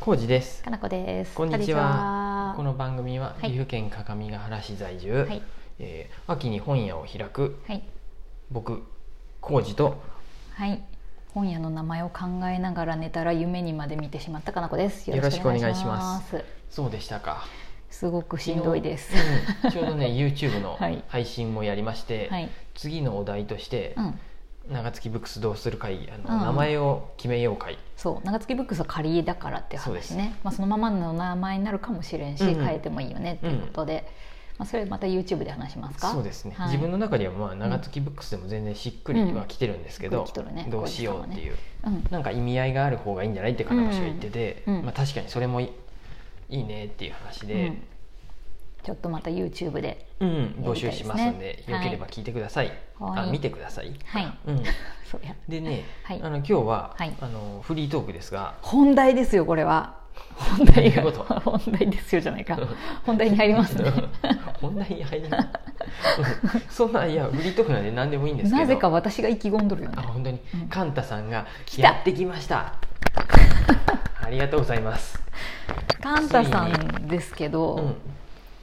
康二ですかなこです。こんにちはここんにの番組は岐阜県各務原市在住、ちははい。えー秋に本屋を開くはい。僕康二とはい。本屋の名前を考えながら寝たら夢にまで見てしまったかなこです。よろしくお願いしますす。そうでしたかすごくしんどいです。昨日うんちょう どね YouTube のはい配信もやりまして、はい。次のお題として、うん。長月ブックスどうする会あの、うん名前を決めよう会そう長月ブックスは仮だからっていうそうです話ねまあ、そのままの名前になるかもしれんし、うんうん変えてもいいよねっていうことで、まあ、それまた YouTube で話しますかそうですね、はい自分の中ではまあ長月ブックスでも全然しっくりは来てるんですけど、うんしっくりきとるねどうしようっていう、うんなんか意味合いがある方がいいんじゃないって金子氏が言ってて、うんうんまあ、確かにそれもいいいねっていう話うでん、ちょっとまた YouTube でうんや募りた集いですねしますんでよければは聞いてください、はいあ見てください、はいうん、そうやでね、はいあの今日は、はいあのフリートークですが本題ですよこれは本題がどういうこ 本題ですよじゃないか本題に入りますね 本題に入りますうん そんないやフリートークなんで何でもいいんですけどなぜか私が意気込んどるよあね本当に、うんカンタさんが来たやってきました ありがとうございます、カンタさんですけうど、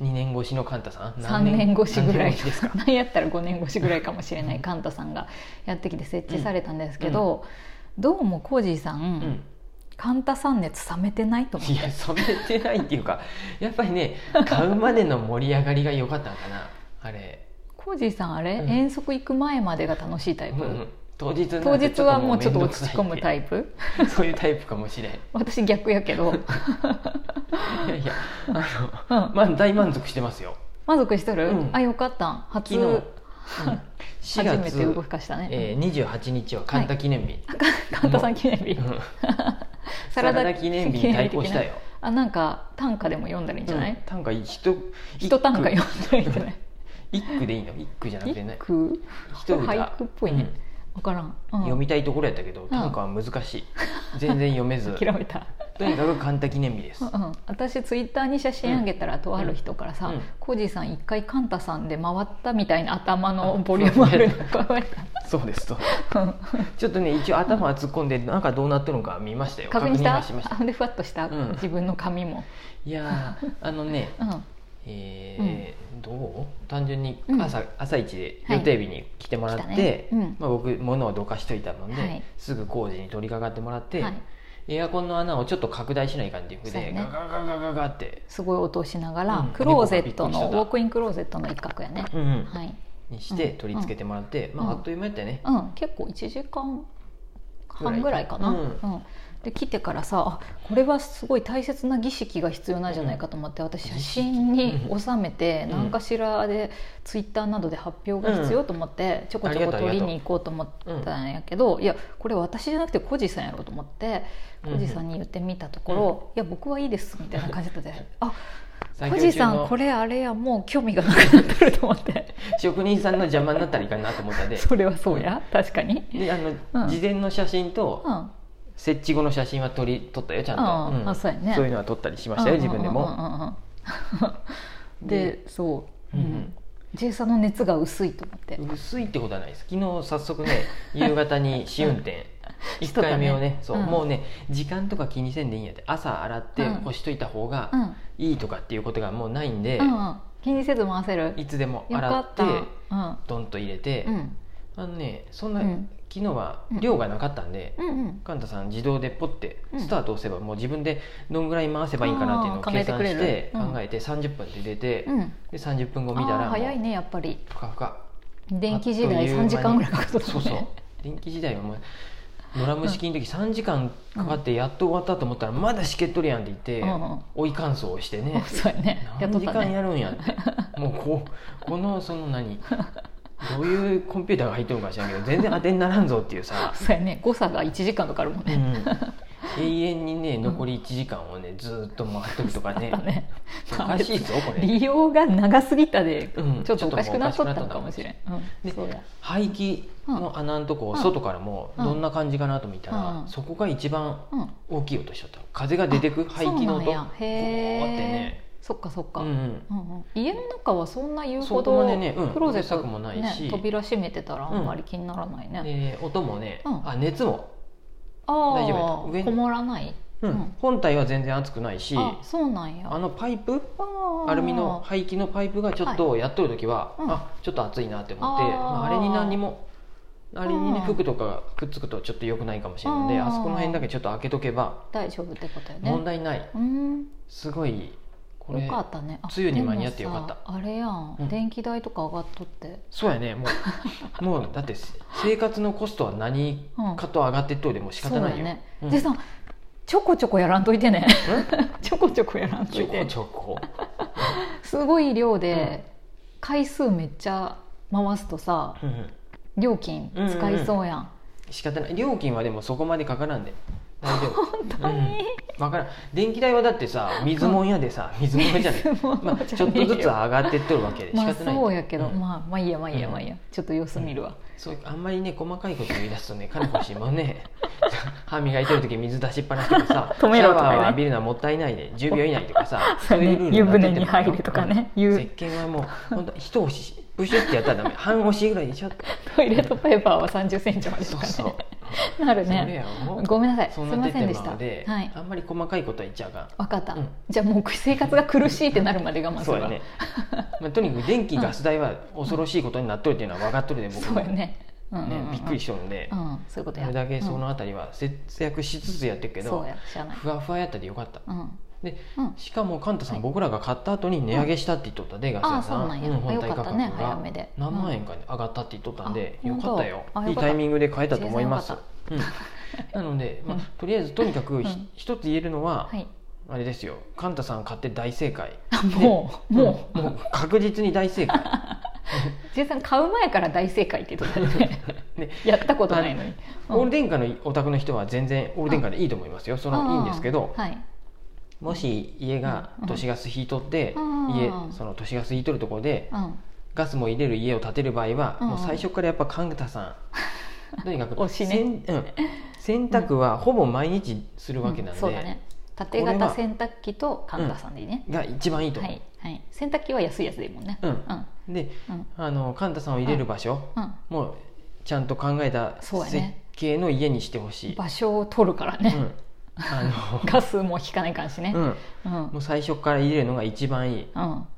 ん、2年越しのカンタさん3何年越しぐらい何年越しですか 何やったら5年越しぐらいかもしれないカンタさんがやってきて設置されたんですけど、どうもコージーさん、うんカンタさん熱冷めてないと思っいやて染めてないっていうかやっぱりね買うまでの盛り上がりが良かったのかなあれ、コージーさんあれ、うん遠足行く前までが楽しいタイプ、うん当日にな当って日はもうちょっと落ち込むタイイププ そういうタイプかもしれんい私逆やけど やいやあうの、んまあ、大満足してますよ満足してる、うんあよかったん初昨日、うん、4初め月て動かしたね、えー、28日は神田記念日、カンタさん記念日、うんササララダダ記念日に対抗した記念日的よなあなんか短歌でも読んだらいいんじゃない、うん短歌一一短歌一読んだらいいんじゃない一句でいいの一句じゃなくてね一句一歌俳句っぽいうね、ん分からん、うん、読みたいところやったけど短歌は難しい、全然読めず 諦めたとにかく簡単記念日です、うんうん、私ツイッターに写真あげたら、とある人からさうん「コージーさん一回カンタさんで回った」みたいな頭のボリュームあるのかそうですとちょっとね一応頭は突っ込んでなんかどうなってるのか見ましたよ確認したはしましたあでふわっとした、うん自分の髪も、いやーあのねうん、えーどう単純にうん朝,、朝一で予定日に来てもらって、はい来たねうんまあ、僕物をどかしといたので、はいすぐ工事に取り掛かってもらって、はいエアコンの穴をちょっと拡大しないかんっていうふうそうで、やねガガガガガガって、すごい音をしながら、うんクローゼット猫がびのっくりしてたウォークインクローゼットの一角やね、うんうんはい、にして取り付けてもらって、んまあ、あうんっという間やったよね、うん、結構1時間半ぐらいかな、ぐうらいかんで来てからさあこれはすごい大切な儀式が必要なんじゃないかと思って私写真に収めてうん何かしらでツイッターなどで発表が必要と思ってちょこちょこ取りに行こうと思ったんやけどいやこれ私じゃなくてコジさんやろうと思ってうんコジさんに言ってみたところ「いや僕はいいです」みたいな感じ だったで「あ作コ業ジ中さのんこれあれやもう興味がなくなってる」と思って職人さんの邪魔になったらいいかなと思ったん でそれはそうや確かに。であの、うん事前の写真とうん設置後の写真は撮り撮ったよちゃんと、あんあそうやねいうのは撮ったりしましたよ自分でうんうも、んうんうんうん。 で、そう、ううんん、J さんの熱が薄いと思って、薄いってことはないです昨日早速ね夕方に試運転し1とったね回目をねそう、うんもうね時間とか気にせんでいいんやって朝洗ってうん干しといた方がうん、うんいいとかっていうことがもうないんで、うん、気にせず回せる。いつでもよ洗かっってた。うん、ドンと入れて、うん、あのねそんな、うん昨日は量がなかったんで、うん、うん。カンタさん自動でポッてうんスタート押せばもう自分でどんぐらい回せばいいかなっていうのをあー考計えて算くれしるてうん考えて30分で出て、うん、で30分後見たあらあもう早いねやっぱりふかふか電気時代3時間ぐらいかかったもんねそうそう電気時代はもうドラム式の時3時間かかってやっと終わったと思ったらまだしけっとるやんって言ってうんうん追い乾燥をしてね そうやねやっ何とっ時た間ねやるんやってもうこうこのその何どういうコンピューターが入っとるか知らんけど全然当てにならんぞっていう さ、そうやね誤差が1時間かかるもんうね、ん永遠にね残り1時間をねずーっと回っとるとか ねだねおかしいぞこれ 利用が長すぎたで、うんちょっとおかしくなっとったのかもしれん、うん、でそうや排気の穴のとこをうん外からもどんな感じかなと見たうらんそこが一番うん大きい音しちゃった風が出てくあ排気の音そうゴーなんっやてへーねそっかそっうか、んうんうんうん家の中はそんな言うほそこどまでねうんクローゼッうるさト、くもないしね、扉閉めてたらあんまり気にならないね、で音もねうんあ熱もああ大丈夫やった上にこもらないうんうん本体は全然熱くないしあそうなんやあのパイプあーアルミの排気のパイプがちょっとやっとる時は、うんあちょっと熱いなって思ってあーまあ、あれに何にもあれにねうん服とかがくっつくとちょっと良くないかもしれないのであーあそこの辺だけちょっと開けとけば大丈夫ってことよね問題ない、うんすごいこれよかったねあ梅雨に間に合ってよかったでもさあれやん、うん電気代とか上がっとってそうやねも うもうだって生活のコストは何かと上がってっといても仕方ないそうよ、だね、うんでさちょこちょこやらんといてね んちょこちょこやらんとちょいてこちょこすごい量で、回数めっちゃ回すとさうんうん料金使いそうやん、仕方ない料金はでもそこまでかからんで大丈 夫本当に、分からん電気代はだってさ水もんやでさ水もんじゃねえ 水もんじまゃあ、ねえよちょっとずつ上がってっとるわけで仕まあ方ない、そうやけど、んまあまあいいやまあいいやうんまあいいやちょっと様子見るわ、そうあんまりね細かいこと言い出すとね金子氏もね 歯磨いてる時水出しっぱなしとかさ止めろシャとかワねーを浴びるのはもったいないで10秒以内とかさ そうねルールになってて湯船に入るとかねうん湯石鹸はもう本当一押しプシュってやったらダメ半押しぐらいでしょトイレットペーパーは3 0センチまでとそうかねそうなるそれねやろごめんなさいすそいうなっまてせんてでしまたうで、はいあんまり細かいことは言っちゃあかん分かった、うんじゃあもう生活が苦しいってなるまで我慢すそうるやわね、まあ、とにかく電気ガス代は恐ろしいことになっとるっていうのは分かっとるで僕そうもやね,、うんうんうんねびっくりしとるんで、うんそういうことでやれだけそうんのあたりは節約しつつやってるけど、そうや知らないふわふわやったでよかったうんうんでしかもカンタさん、僕らが買った後に値上げしたって言っとったで、ガスあ屋あさそんうなんや、うん本体よ価かった格ね早がめで何万う円んかに上がったって言っとったんで、あよかったよ本当あいいよかったタイミングで買えたと思います、全うん、なので、まあ、とりあえずとにかくひうん一、つ言えるのは、はいあれですよカンタさん買って大正解あもうもうんもう確実に大 正解うジェイさん買う前から大正解って言ってた ねねやったことないのに、オールで電化のお宅の人は全然オール電化でいいと思いますよそのいいんですけど、はいもし家がうん都市ガス引いとって、うん家うんその都市ガス引いとるところでうんガスも入れる家を建てる場合は、うんもう最初からやっぱ神田さ んとにかく推しねせんうん、洗濯はほぼ毎日するわけなんうで、そうだね縦型洗濯機と神田さんでいいね、が一番いいとは思う、い、はい、洗濯機は安いやつでいいもんねうんうんでうんあの神田さんを入れる場所、うもうちゃんと考えたそうや設ね計の家にしてほしいん、場所を取るからうね、んあ ガスも引かないかんしねの、うん、うん、うんもう最初から入れるのが一番いい、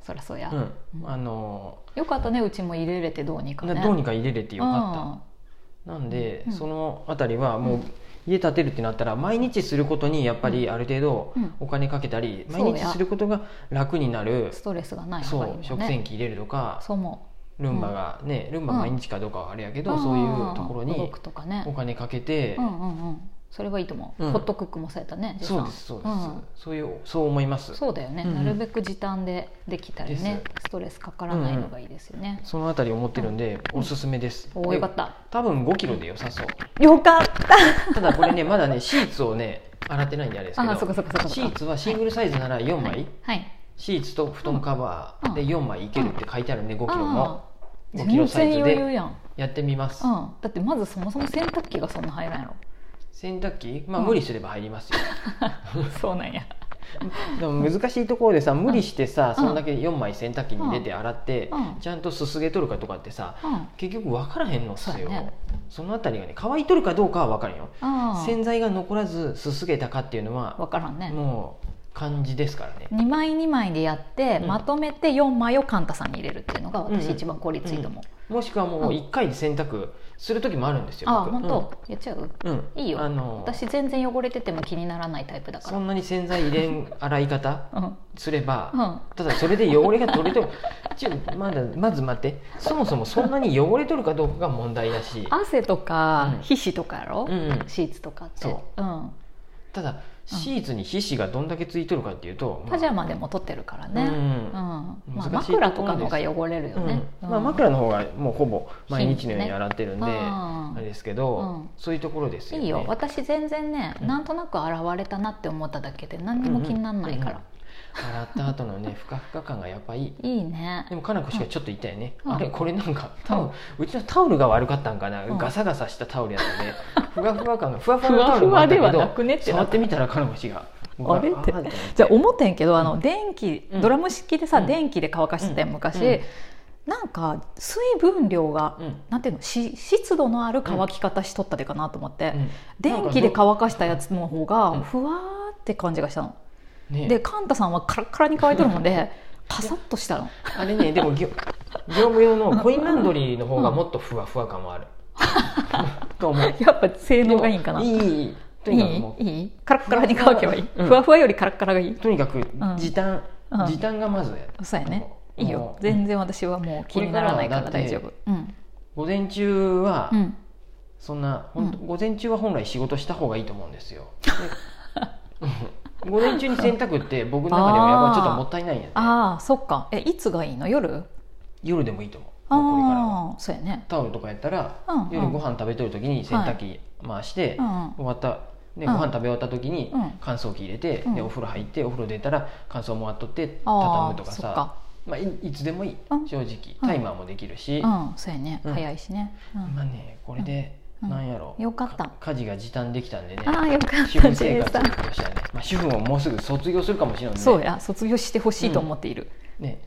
そりゃそうや、うんうんあのよかったねうちも入れれてどうにかねなどうにか入れれてよかった、うんなんで、うんそのあたりはもう、うん家建てるってなったら毎日することにやっぱりある程度うんお金かけたり、そうや毎日することが楽になるストレスがないそう,、方がいいもんね食洗機入れるとかそう思ルンバがね、ルンバうん毎日かどうかはあれやけうど、そういうところ動にくとかおね金かけて、うんうんうんそれはいいと思う、うんホットクックもそうやったねそうですそうです、んそういうそう思いますそそうだよね、うんうんなるべく時短でできたりねストレスかからないのがいいですよね、のあたり思ってるんで、おすすめです、おおよかった多分5キロで良さそうよかったただこれねまだねシーツをね洗ってないんであれですけどあそっかそっかそっかシーツはシングルサイズなら4枚、はいシーツと布団カバーで4枚いけるって書いてあるんで5キロもあー5キロサイズ全然余裕でやん、やってみますうん、だってまずそもそも洗濯機がそんな入 らんやろ洗濯機まあうん無理すれば入りますよそうなんやでも難しいところでさ無理してさうんそんだけ4枚洗濯機に入れて洗ってうんちゃんとすすげとるかとかってさうん結局分からへんのっすそうやよねそのあたりがね乾いとるかどうかは分かるよあ洗剤が残らずすすげたかっていうのは分からんねもう感じですからね2枚2枚でやって、うんまとめて4枚をカンタさんに入れるっていうのがうん私うん一番効率いいと思う、もしくはもう1回で洗濯する時もあるんですよああ僕本当、やっちゃううんうんいいよあの私全然汚れてても気にならないタイプだかそらんなに洗剤入れん洗い方うんすれば、うんただそれで汚れが取れとるちょまだまず待ってそもそもそんなに汚れとるかどうかが問題だし汗とか、うん皮脂とかやろ、うんうんシーツとかってそん、ただシーツに皮脂がどんだけついとるかっていうと、パジャマでも取ってるからね、ううんんまあ、難しいところです枕とかの方が汚れるようんね、うんまあ、枕の方がもうほぼ毎日のように洗ってるんで、うんあれですけど、うんそういうところですよ、ね、いいよ私全然ね、うんなんとなく洗われたなって思っただけで何にも気にならないから、洗った後のねふかふか感がやっぱいいいいねでもかなこ氏がちょっと言ったよね、うんあれこれなんかうんタオルうちのタオルが悪かったんかな、うんガサガサしたタオルやった ねふわふわ感がふわふわのタオルもあったけふわどふわではなくねってな触ったってみたらかなこ氏があれってあーてじゃあ思ってんけどあの電気、うんドラム式でさ、うん電気で乾かしてたよ昔、うんなんか水分量が、うんなんていうのし湿度のある乾き方しとったでかなと思って、うん電気で乾かしたやつの方うんがふわーっって感じがしたの、ねでカンタさんはカラッカラに乾いてるのでパサッとしたのあれねでも業業務用のコインランドリーの方がもっとふわふわ感もあると思うやっぱ 性能がいいんかないいいといにかくもいいいカラッカラに乾けばいい、うんふわふわよりカラッカラがいいうとにかくん時短、うん時短がまずそうやねいいよもう全然私はもう気にならないからこれからだっ大て丈夫うん午前中はうんそんな、ほんとう午前中は本来仕事した方がいいと思うんです よでうん午前中に洗濯って僕の中ではやっぱちょっともったいないんやねああそっかえいつがいいの夜夜でもいいと思うもうこれからはああそうやねタオルとかやったら、うんうん夜ご飯食べとる時に洗濯機回して、うんうん終わった、ねうごん飯食べ終わった時にうん乾燥機入れて、うんでお風呂入ってお風呂出たら乾燥もあっとってあ畳むとあかさそっかまあ、いいつでもいいうん正直タイマーもできるし、うんそうやねうん早いしねうんまあねこれで、うんなんやろよかった家事が時短できたんでねああよかっ主婦た生ジェイ活さとんして はね、まあ、主婦ももうすぐ卒業するかもしれないのでそうや卒業してほしいと思っている ね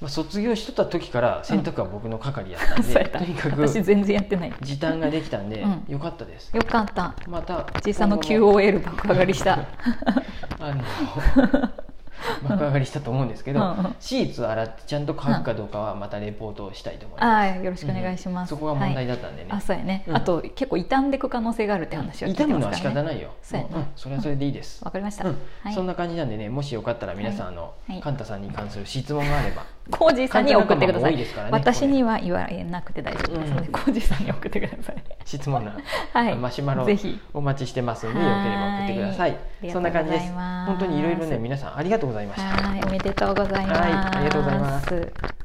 まあ、卒業しとった時から洗濯は僕の係やったんで、 そうやったとにかく私全然やってない時短ができたんで、うんよかったですよかったまたジェイさんの QOL 爆上がりし たあの 爆上がりしたと思うんですけど、うんうんシーツ洗ってちゃんと乾くかどうかはまたレポートをしたいと思います、ああよろしくお願いしますそこが問は題いだったんでね、あそうやねうんあと結構傷んでく可能性があるって話は聞いて痛むのまはす仕から方ねないよそうやねもんそれはそれでいいです、わかりましたうんはいそんな感じなんでねもしよかったら皆さん、はいあのはいカンタさんに関する質問があればコージーさんに送ってくださ簡単な仲間も多いいですからね私には言われなくて大丈夫ですので、うんコージーさんに送ってくだ さい質問欄、はいマシュマロぜひお待ちしてますのでよければ送ってくださいはいありがとそうんごなざ感いじですます本当にいろいろね皆さんありがとうございましたはいおめでとうございます、はいありがとうございます